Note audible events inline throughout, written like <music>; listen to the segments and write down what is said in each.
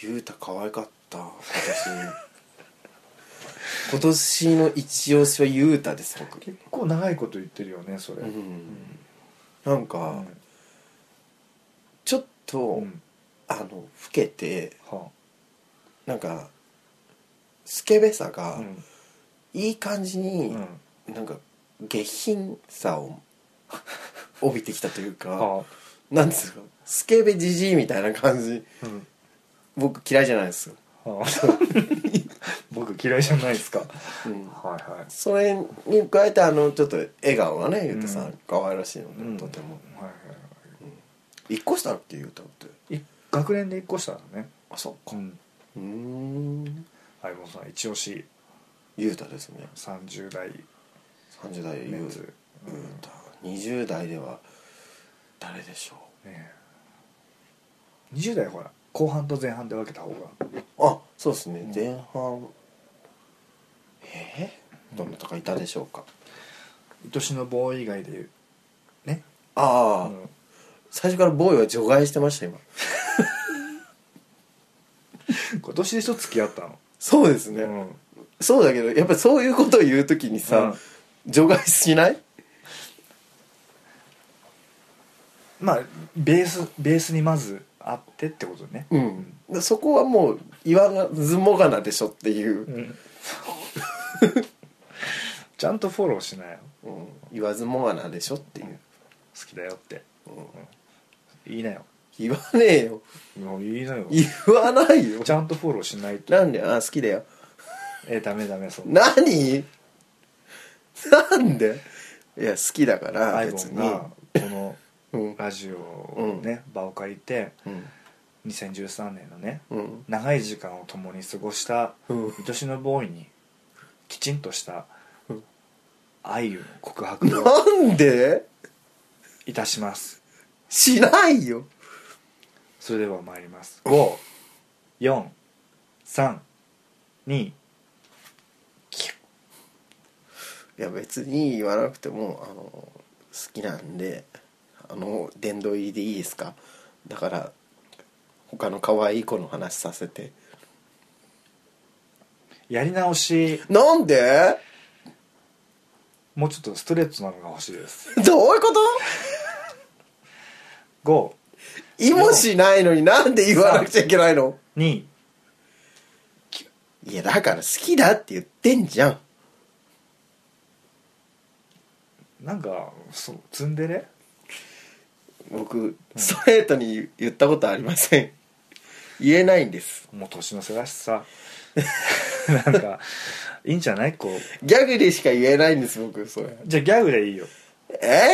ゆうた可愛かった今年今年の一押しはゆうたです僕結構長いこと言ってるよねそれ、ううんんなんか、ちょっと、うんあの老けてはなんかスケベさあがうんいい感じに、うんなんか下品さを <laughs> 帯びてきたというかはなんですかスケベじじいみたいな感じあうん僕嫌いじゃないですよ、はあ <laughs> 僕嫌いじゃないですかうん、はいはいそれに加えてあのちょっと笑顔がねゆうたさん、うん可愛らしいので、うんとてもはいはいは一個下ってゆうたっていい学年で一個下だねあそっうかんうーん相棒さん一押しゆうたですね30代30代ゆメンうズゆうた20代では誰でしょねえ20代ほら後半と前半で分けた方がうあそうですね、ん前半えー、どなたかいたでしょうか、愛しの棒以外で言うねああ、うん最初からボーイは除外してました今今年でしょ付き合ったのそうですね、うんそうだけどやっぱりそういうことを言うときにさ、除外しないまあベースベースにまずあってってことねうん、そこはもう言わずもがなでしょっていう、うん <laughs> ちゃんとフォローしなようん言わずもがなでしょっていう、好きだよってうん言いなよ言わねえよもう言いなよ言わないよちゃんとフォローしないとなんであ好きだよえダメダメそんな何なんでいや好きだからアイボ別ンにがこのうんラジオをね、場を借りてうん2013年のねうん長い時間を共に過ごしたうん愛しのボーイにきちんとしたうん愛の告白をなんでいたしますしないよそれでは参ります5432いや別に言わなくてもあの好きなんであの殿堂入りでいいですかだから他の可愛い子の話させてやり直しなんでもうちょっとストレートなのが欲しいですどういうこと5意もしないのになんで言わなくちゃいけないの2いやだから好きだって言ってんじゃんなんかそうツンデレ僕ストレートに言ったことありません言えないんですもう年の瀬だしさ <laughs> なんかいいんじゃないこうギャグでしか言えないんです僕それじゃあギャグでいいよええ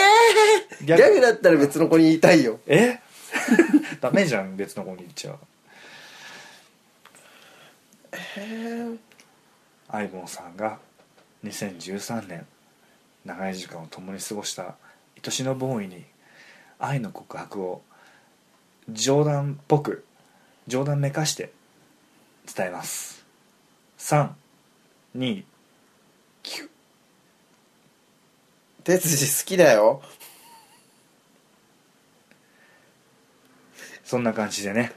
ー、ギギャグャグだったら別の子に言いたいよえ <laughs> ダメじゃん別の子に言っちゃうアイボンさんが2013年長い時間を共に過ごした愛しのボーイに愛の告白を冗談っぽく冗談めかして伝えます321哲司好きだよそんな感じでね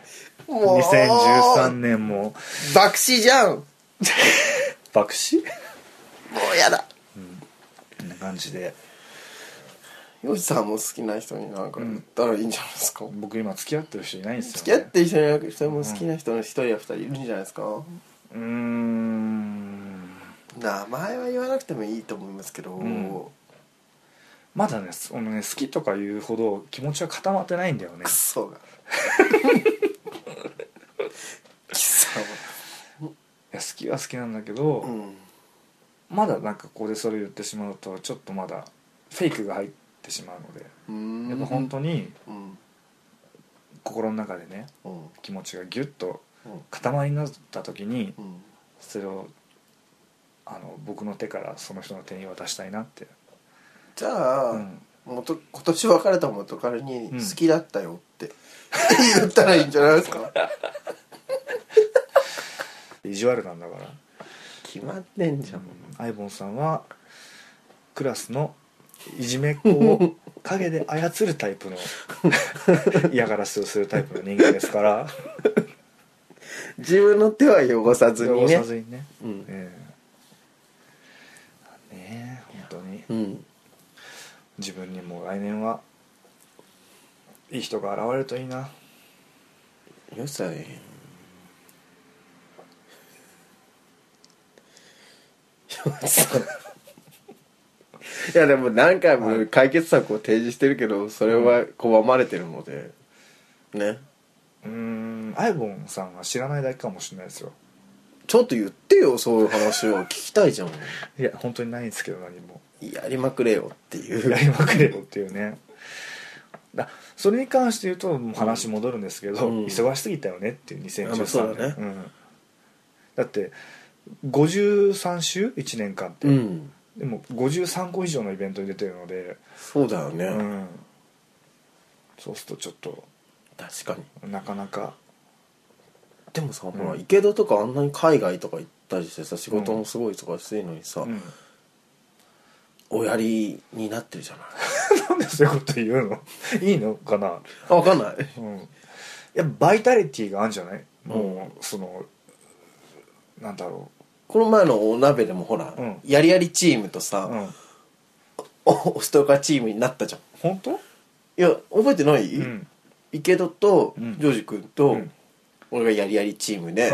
もう2013年も爆死じゃんも爆死うやだこんな感じでヨシさんも好きな人になんか言ったらいいんじゃないですか、僕今付き合ってる人いないんですよ、ね、付き合って一緒になくても好きな人の一人や二人いるんじゃないですか、うーん名前は言わなくてもいいと思いますけど、んまだねそのね好きとかいうほど気持ちは固まってないんだよねクソ <laughs> が貴様いや好きは好きなんだけど、うんまだなんかここでそれ言ってしまうとちょっとまだフェイクが入ってしまうのでうんやっぱ本当にうん心の中でねうん気持ちがギュッとうん塊になった時にうんそれをあの僕の手からその人の手に渡したいなって、じゃあ、うん、元今年別れた元彼に「うん好きだったよ」って言ったらいいんじゃないです <laughs> か意地悪なんだから決まってんじゃんアイボンさんはクラスのいじめっ子を陰で操 <laughs> るタイプの嫌がらせをするタイプの人間ですから <laughs> 自分の手は汚さずに汚ねさずにねうん、ええねえ本当にうん、自分にも来年はいい人が現れるといいなよ <laughs> さえよさいやでも何回も解決策を提示してるけどそれは拒まれてるのでねうーんアイボンさんは知らないだけかもしれないですよちょっと言ってよそういう話を聞きたいじゃん <laughs> いや本当にないんですけど何もやりまくれよっていうやりまくれよっていうねだそれに関して言うともう話戻るんですけど、うん忙しすぎたよねっていう2013あ年まあそうだねんだって53週1年間って、うんでも53個以上のイベントに出てるので、そうだよね、うん、そうするとちょっと確かになかなかでもさ、んほら池田とかあんなに海外とか行ったりしてさ仕事もすごい忙しいのにさ、うんおやりになってるじゃ <laughs> ないなんでそういうこと言うの <laughs> いいのかなあ分かんないうん、いやバイタリティがあるんじゃないもうそのなんだろこの前のお鍋でもほら、うんやりやりチームとう、うさ、ん、おストーカーチームになったじゃん本当いや覚えてない、うん池田とジうんョージ君と、うん俺がやりやりチームで、う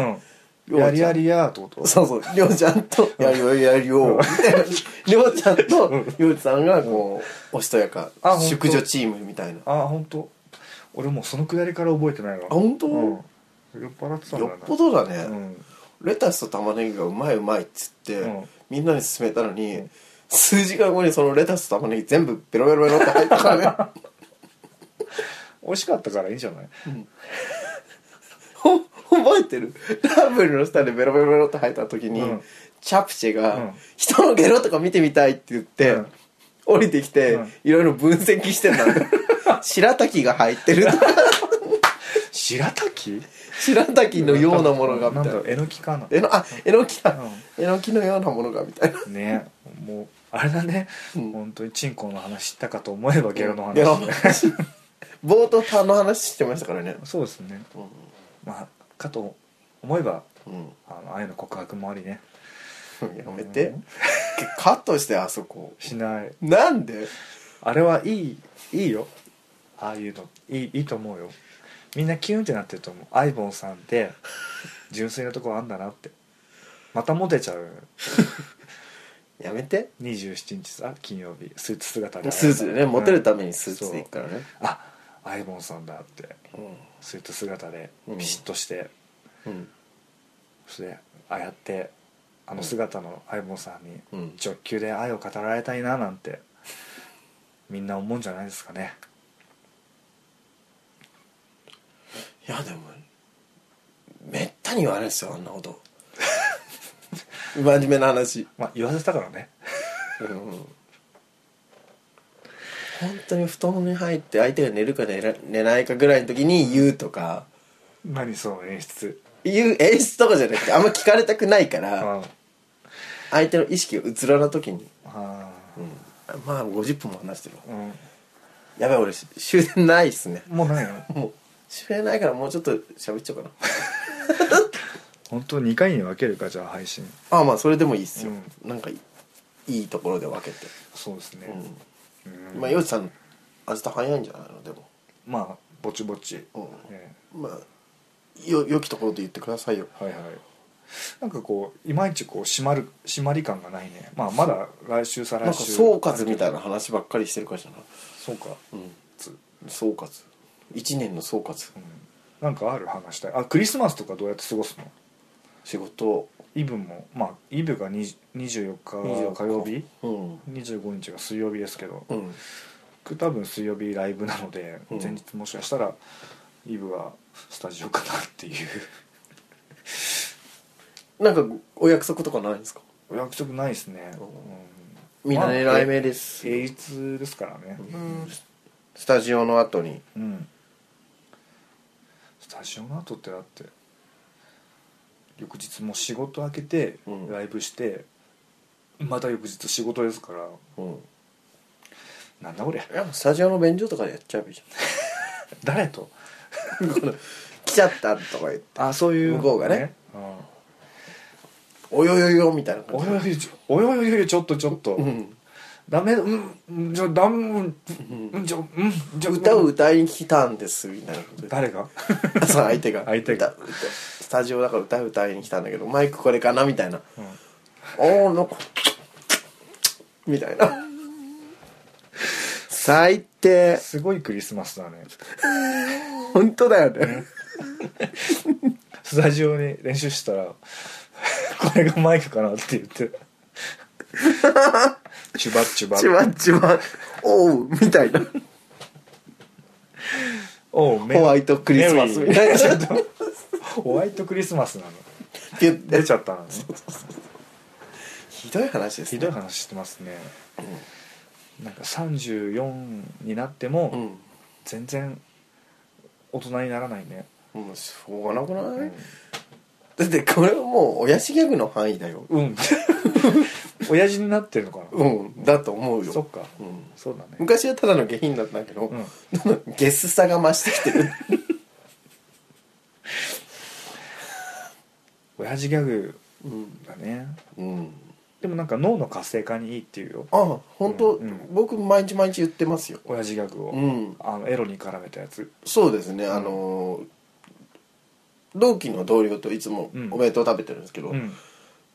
りょん、うちゃんやりやりやーってことそうそうりょうちゃんとやりよやりよみたいなりょうちゃんとりょうちさんがこうおしとやかあほんと宿女チームみたいなあ本当俺もうそのくだりから覚えてないわあ本当うん、酔っ払ってたんだよなっぽどだね、うん、レタスと玉ねぎがうまいうまいっつって、うんみんなに勧めたのに、うん数時間後にそのレタスと玉ねぎ全部ベロベロベロって入ったからね美味しかったからいいんじゃないほ <laughs> 覚えてるラーメンの下でベロベロベロって入った時に、うんチャプチェが、うん人のゲロとか見てみたい」って言って、うん降りてきて、うんいろいろ分析してん <laughs> だ白滝が入ってるとか白滝白滝のようなものがみなんただいなろうえのきかなえのあえのきだ、うえのきのようなものがみたいなねもうあれだね、本当にチンコの話したかと思えばゲロの話、ゲロの話 <laughs> 冒頭タの話してましたからねそうですねまあかと思えばうん、あの愛の告白もありねやめて、カットしてあそこしないなんであれはいいいいよああいうのいいいいと思うよみんなキュンってなってると思うアイボンさんって純粋なとこあんだなってまたモテちゃうやめて27日さ金曜日スーツ姿でスーツでねモテるためににスーツで行くからね、あアイボンさんだってうスーツ姿でうんピシッとして、んうんそれでああやってあの姿の相棒さんにうん直球で愛を語られたいななんてみんな思うんじゃないですかねいやでもめったに言わないですよあんなこと <laughs> 真面目な話、まあ言わせたからねうん、本当に布団に入って相手が寝るか寝ら寝ないかぐらいの時に言うとか何その演出言う演出とかじゃなくてあんま聞かれたくないかうらんあ相手の意識がうつろな時に、あうん、まあ50分も話してるわうんやばい俺し終電ないっすねもうないのもう終電ないからもうちょっと喋っちゃおうか本当2回に分けるかじゃあ配信なああまあそれでもいいっすよ、うなんかいいいいところで分けてそうですね、うんまあ洋治さん明日早いんじゃないのでもまあぼちぼち、うんええまあよ良きところで言ってくださいよはいはいなんかこういまいちこう締まる締まり感がないねまあまだ来週再なん来か週総括みたいな話ばっかりしてるからじゃないそうかうんつ総括1年の総括なんかある話したいあクリスマスとかどうやって過ごすの仕事イブもまあイブが20 24日が火曜日うん25日が水曜日ですけど、うん多分水曜日ライブなので、うん前日もしかしたらイブはスタジオかなっていう <laughs> なんかお約束とかないんですかお約束ないですね、うんうんみんな狙い目でまあす平日ですからねうんスタジオの後にうん、スタジオの後ってだって翌日も仕事明けてうんライブして、また翌日仕事ですからうんなん <laughs> だこれいやスタジオの便所とかでやっちゃえばいいじ誰とゃん <laughs> この来ちゃった」とか言ってあそういう向こうがね、うん「およよよ」みたいなお感じよよよちょおよよよよちょっとちょっと、うんダメうんうんじゃダメうんうんじゃうんじゃ歌を歌いに来たんですみたいなこと言って誰が <laughs> <laughs> その相手が相手が歌歌スタジオだから歌歌いに来たんだけどマイクこれかなみたいなうん「おおなんか」みたいな最低すごいクリスマスだね本当だよねスタジオに練習したら <laughs> これがマイクかなって言って <laughs> チュバッチュバちッまちまおうみたいなおうメホワイトクリスマスメみたいなちょっとホワイトクリスマスなのって言出っちてゃったのねひどい話ですひねどい話してますね、なんか34になっても、うん全然大人にならないね、もうしょうがなくない、うんだってこれはもう親父ギャグの範囲だようん <laughs> 親父になってるのかな、うんだと思うよそっかうんそうだね昔はただの下品だったんだけど、うんどんどん <laughs> ゲスさが増してきてる親父ギャグうん、だねうん、でもなんか脳の活性化にいいっていうよあ本当、うんうん僕毎日毎日言ってますよ親父ギャグを、うんあのエロに絡めたやつそうですねあのー同期の同僚といつもうんお弁当食べてるんですけど、うん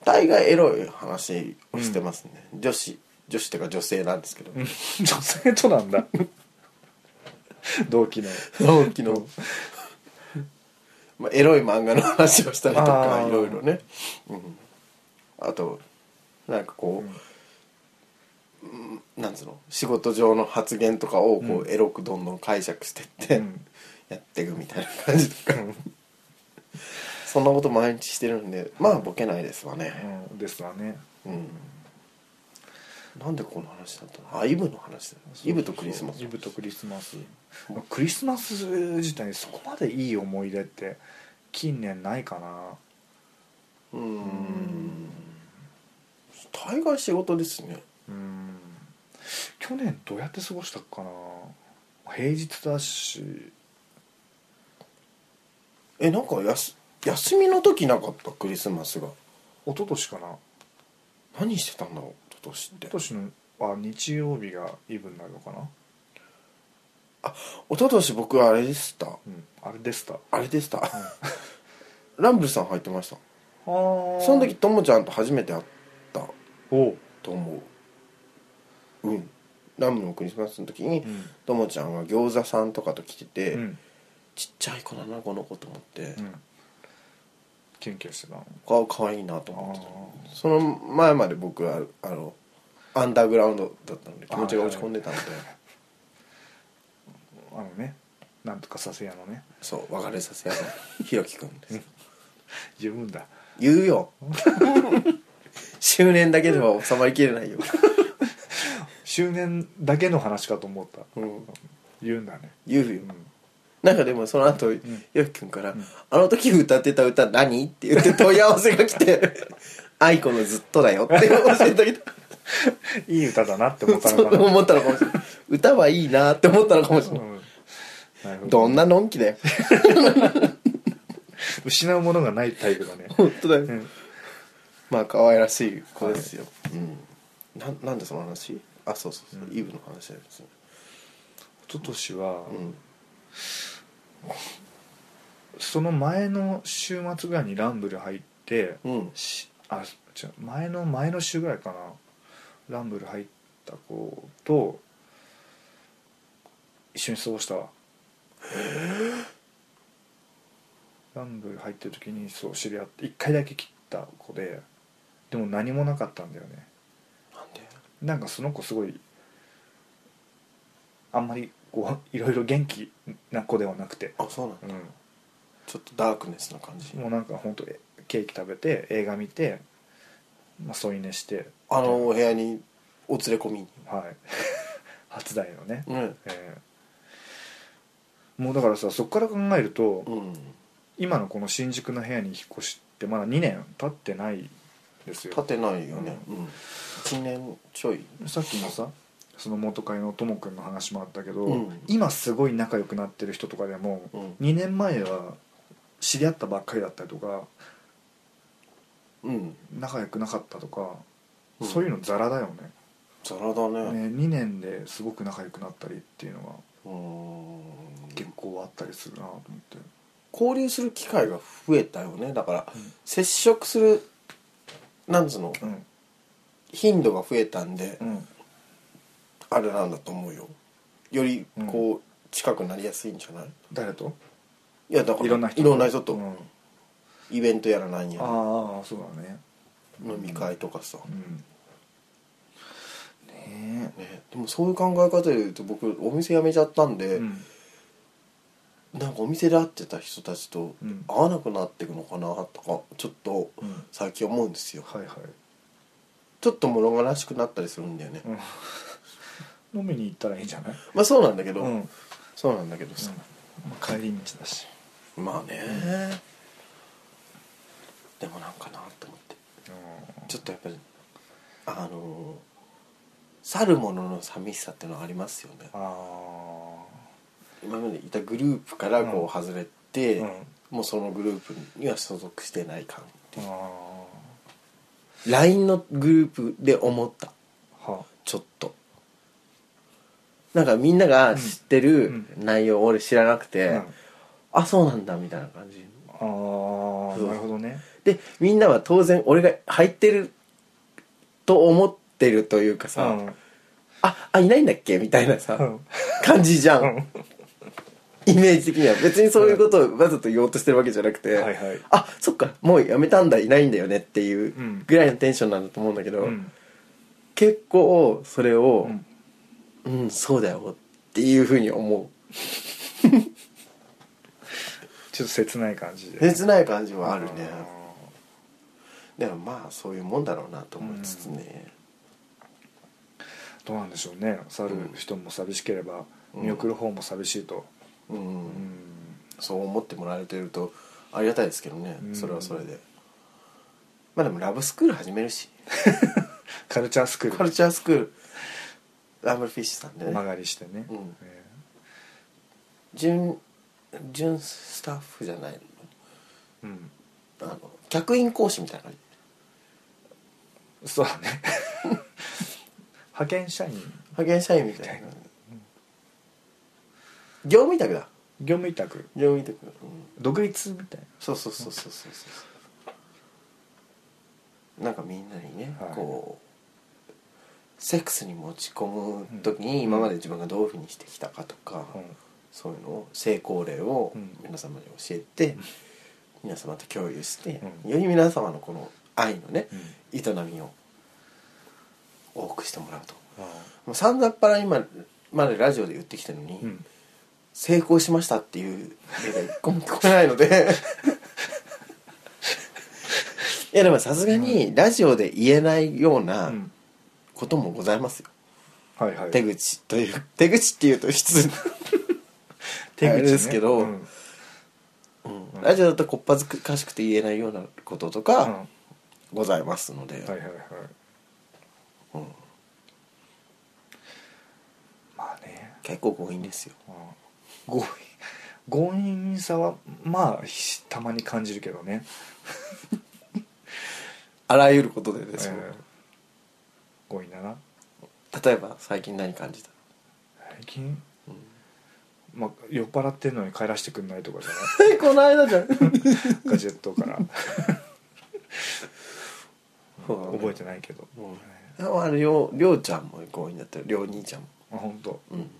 大概エロい話をしてますね、女子女子っていうか女性なんですけど、うん <laughs> 女性となんだ <laughs> 同期の同期の、まあ、エロい漫画の話をしたりとあかーいろいろね、うん、あとなんかこう、うんなんつうの仕事上の発言とかをこうんうエロくどんどん解釈してって、うんやっていくみたいな感じとかそんなこと毎日してるんでまあボケないですわね、うん、ですわねうん、なんでこの話だったのあイブの話だイブとクリスマスイブとクリスマスクリスマス自体そこまでいい思い出って近年ないかなうーん大概仕事ですねうん去年どうやって過ごしたかな平日だしえなんかやす休みの時なかったクリスマスが一昨年かな何してたんだろう今年って一昨年のは日曜日がイブになるのかな、一昨年僕はあれでしたうん、あれでしたああれでした、ランブルさん入ってましたあその時ともちゃんと初めて会ったおう、と思ううんラムのクリスマスの時にうんとも、ちゃんは餃子さんとかと来てて、うんちっちゃい子だなこの子と思って、うん、キュンキュンしてたの顔可愛いなと思ってあたその前まで僕はあのアンダーグラウンドだったので気持ちがあー落ち込んでたのであのねなんとかさせやのねそう別れさせやなひろきくんです十分だ言う <laughs> よ周年だけでは収まりきれないよ、周年だけの話かと思ったうん、言うんだね言うよ、なんかでもその後、ひろきくんから、んあの時歌ってた歌何?」って言って問い合わせが来て「愛子のずっとだよ」って教えてあげたいい歌だなって思ったそのか <laughs> うな思ったのかもしれない歌はいいなって思ったのかもしれない、うんなるほどどんなのん <laughs> きだよ失うものがないタイプだね本当だよ、うんまあ可愛らしい子ですよ、うんなんなんでその話あそうそうそう、イブの話ですね一昨年はうんその前の週末ぐらいにランブル入ってうんしあ違う前の前の週ぐらいかなランブル入った子と一緒に過ごしたわランブル入ってる時にそう知り合って一回だけ切った子ででも何もなかったんだよねなんでなんかその子すごいあんまりこういろいろ元気な子ではなくて、あそうなんだうちょっとダークネスな感じ、ん、もうなんか本当ケーキ食べて映画見て、まあ、添い寝してあのお部屋にお連れ込みにはい <laughs> 初代のね、ねえーもうだからさそこから考えると、うん今のこの新宿の部屋に引っ越してまだ2年経ってないで立すよてないよね、うん1年ちょいさっきのさその元会のともくんの話もあったけど、うん今すごい仲良くなってる人とかでも、うん2年前は知り合ったばっかりだったりとかうん仲良くなかったとか、うんそういうのザラだよねザラだねね2年ですごく仲良くなったりっていうのがうーん結構あったりするなと思って、交流する機会が増えたよねだから接触するなんつうのうん頻度が増えたんでうんあれなんだと思うよよりこう近くなりやすいんじゃない誰といやだからいろんな人いろんな人うとん、あイベントやら何やらあそうだね飲み会とかさうんねねでもそういう考え方で言うと僕お店辞めちゃったんえで、うんなんかお店で会ってた人たちとうん会わなくなっていくのかなとかちょっとうん最近思うんですよはいはい、ちょっと物悲しくなったりするんだよね、うん、飲みに行ったらいいんじゃない、まあそうなんだけうど、んうんそうなんだけどさ、まあ、帰り道だしまあね、でもなんかなと思ってちょっとやっぱりあのー去るものの寂しさっていうのはありますよねああ今までいたグループからうこんう外れて、うんもうそのグループには所属してない感ああ LINE のグループで思ったはちょっとなんかみんなが知ってうるん内容を俺知らなくて、うんあそうなんだみたいな感じああそうなるほどねでみんなは当然俺が入ってると思ってるというかさ、うんああいないんだっけみたいなさ、うん感じじゃん、うんイメージ的には別にそういうことをわざと言おうとしてるわけじゃなくて、はいはいあそっかもうやめたんだいないんだよねっていううんぐらいのテンションなんだと思うんだけど、うん結構それを、うんうんそうだよっていうふうに思ちょっと切ない感じうで切ない感じはあるねあでもまあそういうもんだろうなと思いつつね、ーどうなんでしょうね去る人も寂しければ見送る方も寂しいとうんうんそう思ってもらえてるとありがたいですけどね、うんそれはそれでまあでもラブスクール始めるしカルチャースクーカルルチャースクールラムフィッシュさんで曲ねがりしてね、うんえ準準スタッフじゃないーうんあの客員講師みたいな感じそうだね派遣社員派遣社員みたいな業務委託だ業務委託業務委託、うん、独立みたいそうそうそうそうそうそうなんかみんなにね、はいこうセックスに持ち込む時にうん今まで自分がどういうふうにしてきたかとか、な、そういうのを成功例をうん皆様に教えて、皆様と共有して、うんより皆様のこの愛のねうん、営みを多くしてもらうともう散々っぱら今までラジオで言ってきたのに、うん成功しましたっていう例が一個も聞こえないの <laughs> でいやでもさすがにラジオで言えないよううなんこともございますよ、はいはい手口という手口っていうと失ねあれですけどうんうんラジオだとこっぱずかしくて言えないようなこととうんかはございますので、いはいはいうんまあね結構強引ですようん強引強引さはまあひたまに感じるけどねあらゆることでですよ、えー強引だな例えば最近何感じた、最近、うんまあ、酔っ払ってんのに帰らせてくんないとかじゃな <laughs> いえこの間じ <laughs> ゃんガジェットからそうだね覚えてないけど、うんはいあれりょうりょうちゃんも強引だったよりょう兄ちゃんもあ本当うん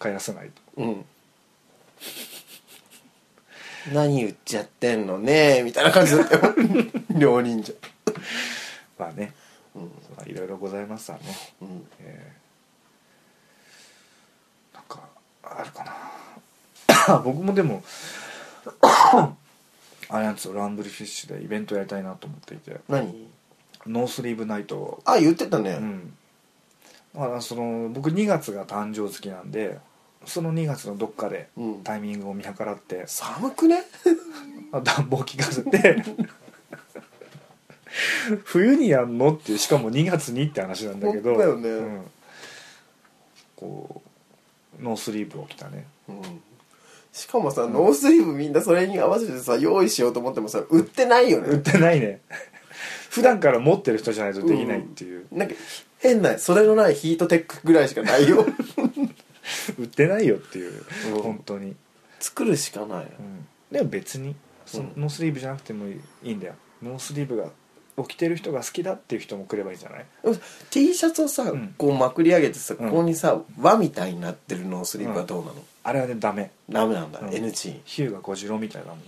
帰らせないとうん <laughs> 何言っちゃってんのねみたいな感じだ <laughs> ったよ両忍者まあねうんまあいろいろございますわね、うんえーなんかあるかな <coughs> 僕もでもあれなんですよランブルフィッシュでイベントやりたいなと思っていて何ノースリーブナイトをあ言ってたね、うんだからその僕2月が誕生月なんでその2月のどっかでうんタイミングを見計らって、寒くねあ暖房効かせて冬にやんのっていうしかも2月にって話なんだけど本当だよねうんこうノースリーブを着たねうんしかもさ、ノースリーブみんなそれに合わせてさ用意しようと思ってもさ売ってないよ売っねてないね普段から持ってる人じゃないとできないっていう、なんか変なそれのないヒートテックぐらいしかないよ売ってないよっていう、うん本当に、 <laughs> 作るしかないようん、でも別にそのうんノースリーブじゃなくてもいいんだよノースリーブが起きてる人が好きだっていう人も来ればいいんじゃない、でも T シャツをさ、んこうまくり上げてさ、うんここにさ輪みたいになってるノースリーブはどうなの、あれはねダメダメなんだ、うん NG ヒューが小次郎みたいだもん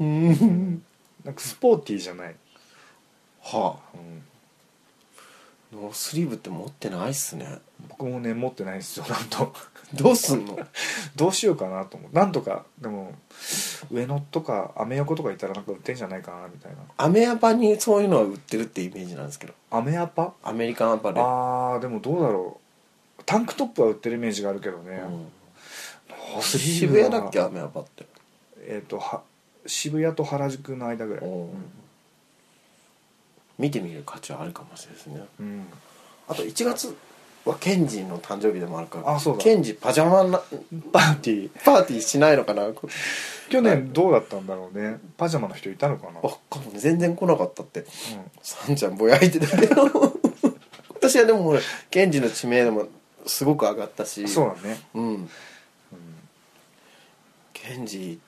うんなんかスポーティーじゃない、はあうん、ノースリーブって持ってないっすね僕もね持ってないんですよなんと <laughs> どうすん <laughs> のどうしようかなと思うなんとかでも上野とかアメ横とかいたらなんか売ってんじゃないかなみたいなアメアパにそういうのは売ってるってイメージなんですけどアメアパアメリカンアパレルあーでもどうだろうタンクトップは売ってるイメージがあるけどね、うノーん、スリー渋ブは谷だっけアメアパってえっ、とは渋谷と原宿の間ぐらいおう見てみる価値はあるかもしれないですねうんあと1月はケンジの誕生日でもあるからあそうだケンジパジャマなパーティーパーティーしないのかな去年どうだったんだろうねパジャマの人いたのかな、あかもね全然来なかったってうんさんちゃんぼやいてたけど私はでもほらケンジの知名度もすごく上がったしそうだね、うんうんケンジ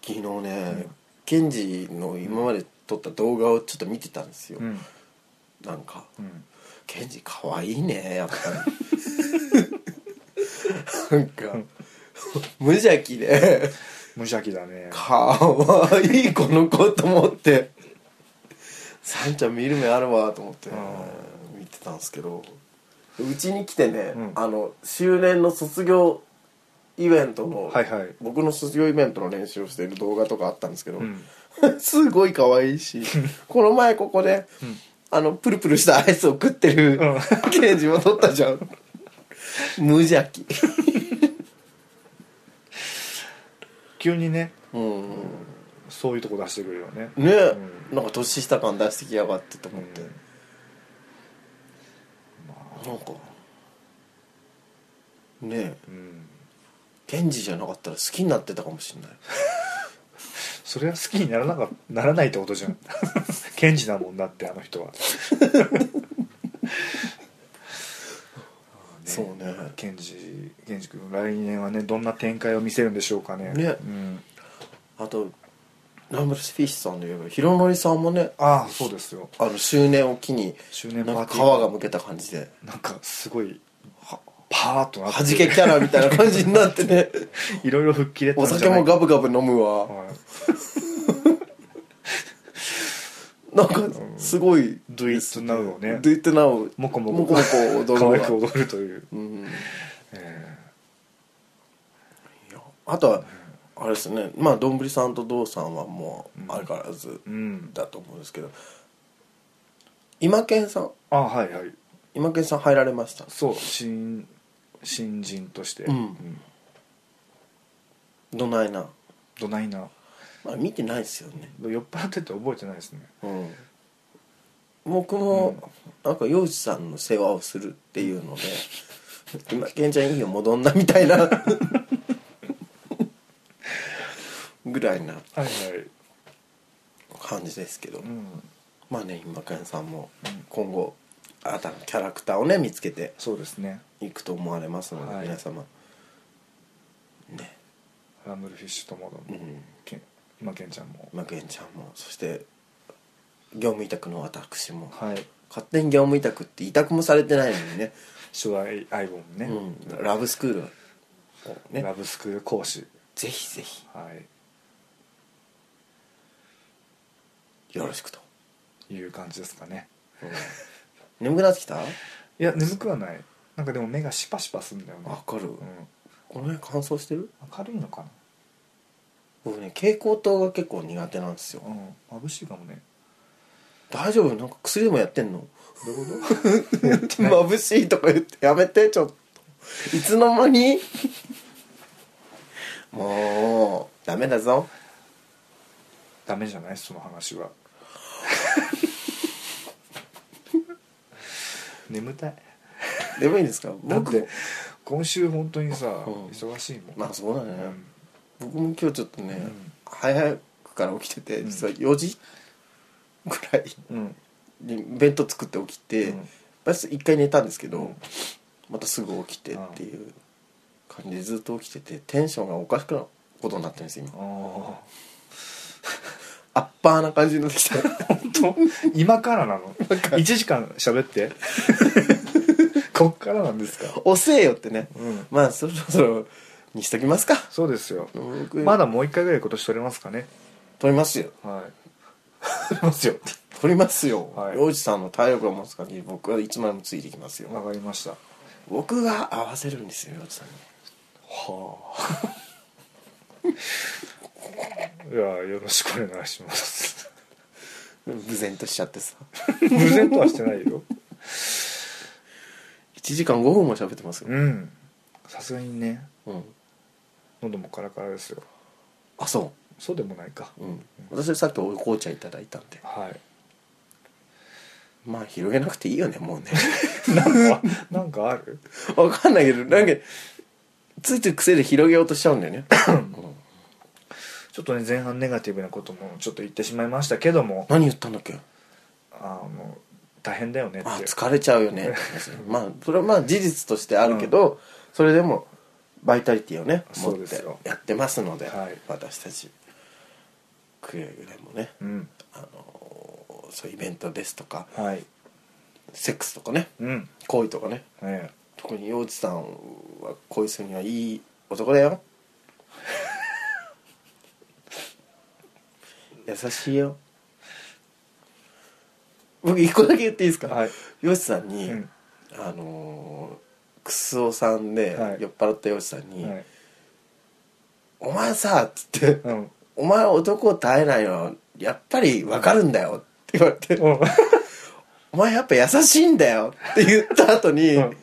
昨日ね、んケンジの今まで撮った動画をちょっと見てたんですよ、うんなんかうん、ケンジかわいいねやっぱりなんか無邪気で無邪気だねかわいいこの子と思ってサンちゃん見る目あるわと思ってうん見てたんですけどうちに来てね、うんあの周年の卒業イベントの、はいはい僕の卒業イベントの練習をしている動画とかあったんですけど、うん <laughs> すごい可愛い <laughs> しこの前ここで、あのプルプルしたアイスを食ってる、うケージも撮ったじゃん無邪気急にねうんそういうとこ出してくるよねね、なんか年下感出してきやがってとう思っんて、なまんかねえあうんケンジじゃなかったら好きになってたかもしれないそれは好きにならなかならないって <laughs> こと <laughs> じゃんケンジだもんだってあの人はそうねケンジケンジ君来年はねどんな展開を見せるんでしょうかねねうん、あとランブルスフィッシュさんで言えばヒロノリさんもねああそうですよあの周年を機に周な年んパかーティ皮ーがむけた感じでなんかすごいはパーッとなっ弾てけキャラみたいな感じになって <laughs> ねいろいろ吹っ切れたおんじゃ酒ないもガブガブ飲むわはいなんかすごい Do it now をねどう言ってなおもこもこもこもこ踊る可わ愛く踊るという、うんえいやあとはあれですねまあどんぶりさんとどうさんはもう相変わらずーうんだと思うんですけど今健さんあはいはい今健さん入られましたそう新新人として、うんどないな、どないなまあ、見てないですよね酔っ払ってて覚えてないですねうん僕もなんか洋治さんの世話をするっていうので「今健ちゃんいいよ戻んな」みたいなぐらいなはいはい、感じですけどうん、まあね今健さんも今後新たなキャラクターをね見つけてそうですねいくと思われますので、はい皆様ねラムルフィッシュともどうも、んけん、今ケンちゃんもまあ源ちゃんもそして業務委託の私も、はい勝手に業務委託って委託もされてないのにね、初代アイボンね、うん、ラブスクールをねラブスクール講師ぜひぜひはいよろしくと、いう感じですかねうん眠くなってきたわいや眠くはないなんかでも目がシパシパするんだよねかる、うん、この辺乾燥してる明るいのか僕ね蛍光灯が結構苦手なんですよなうん眩しいかもね大丈夫なんか薬でもやってんの <laughs> どういう <laughs> こと眩しいとか言ってやめてちょっといつの間にもうダメだぞダメじゃないその話は <laughs> 眠たいでもいいんですかだって僕今週本当にさ、ん忙しいもん、まあそうだね、うん僕も今日ちょっとね、うん早くから起きててうん実は4時ぐらいうんに弁当作って起きて、うんまず1回寝たんですけど、うんまたすぐ起きてっていう感じでずっと起きててテンションがおかしくなることになってるんです今あアッパーな感じになって <laughs> きたあ本当 <laughs> 今からなの1時間喋って <laughs> こっからなんですか遅えよってね、うんまあそろそろにしときますかそうですよ僕まだもう一回ぐらい今年取れますかね撮りますよはい取れますよ撮りますよはい洋二、さんの体力を持つ限り僕はいつまでもついてきますよわかりました僕が合わせるんですよ洋二さんにはあいやよろしくお願いします無然としちゃってさ無然とはしてないよ1時間5分も喋ってますよ、うんさすがにねうん、喉もカラカラですよあそそうでもないかう、うん、私さっきお紅茶いただいたんではいまあ広げなくていいよねもうねなんかなんかあるわかんないけどなんかついつい癖で広げようとしちゃうんだよね、うんちょっとね前半ネガティブなこともちょっと言ってしまいましたけども何言ったんだっけあーもう大変だよねってあ疲れちゃうよねまあそれはまあ事実としてあるけど、それでもバイタリティをね持そうっでてすよやってますのではい私たちくれぐれもね、うんあのーそういうイベントですとかはいセックスとかねうん恋とかねえ特に洋治さんは恋するにはいい男だよ <laughs> 優しいよ僕一個だけ言っていいですか、えはい洋治さんに、うんあのー、クスオさんではい酔っ払った洋治さんに「はいお前さ」っつってうん「お前男を耐えないのはやっぱりわかるんだよ」って言われてうん「お前やっぱ優しいんだよ」って言った後に「うん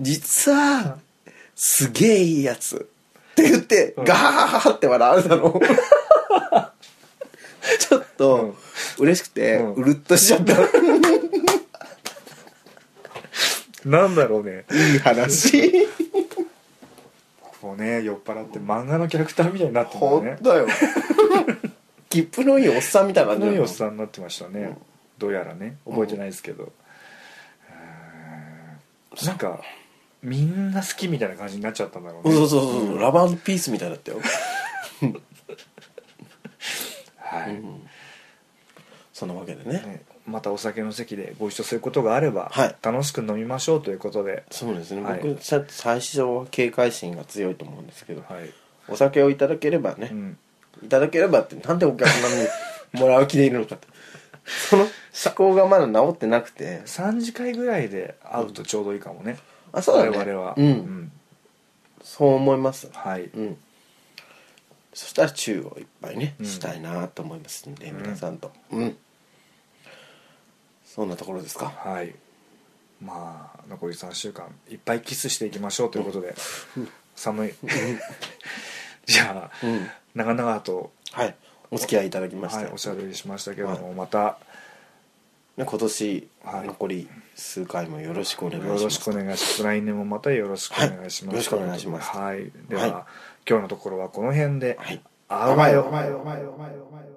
実はすげえいいやつ」って言ってガハハハって笑われた <laughs> のちょっと嬉しくてううんるっとしちゃったなんだろうねいい <laughs> 話もうね酔っ払って漫画のキャラクターみたいになってるほよんねとよ切符のいいおっさんみたいな感じのだいよおっさんになってましたね、どうやらね覚えてないですけど、うんなんかみんな好きみたいな感じになっちゃったんだろうそうねそうそうそう、ラバーピースみたいだったよ、はい、そんなわけでねねまたお酒の席でご一緒することがあれば、はい楽しく飲みましょうということで、そうですね、はい僕さ最初は警戒心が強いと思うんですけど、はいお酒をいただければねう、ん、いただければってなんでお客様にもらう気でいるのかって <laughs> その思考がまだ治ってなくて3次会ぐらいで会うとちょうどいいかもね、あそうだね我々は、うんうんそう思いますはい、うんそしたら中をいっぱいね、うんしたいなと思いますんでうん皆さんとうんそんなところですかはいまあ残り3週間いっぱいキスしていきましょうということで、寒い <laughs> じゃうあ、ん長々と、はいお付き合いいただきました、はい、おしゃべりしましたけども、またね今年、はい残り数回もよろしくお願いしよますろしくお願いします来年もまたよろしくお願いしはいます、よろしくお願いしますはい、では、はい今日のところはこの辺で、はいあわよあわよあわよあわよあわよ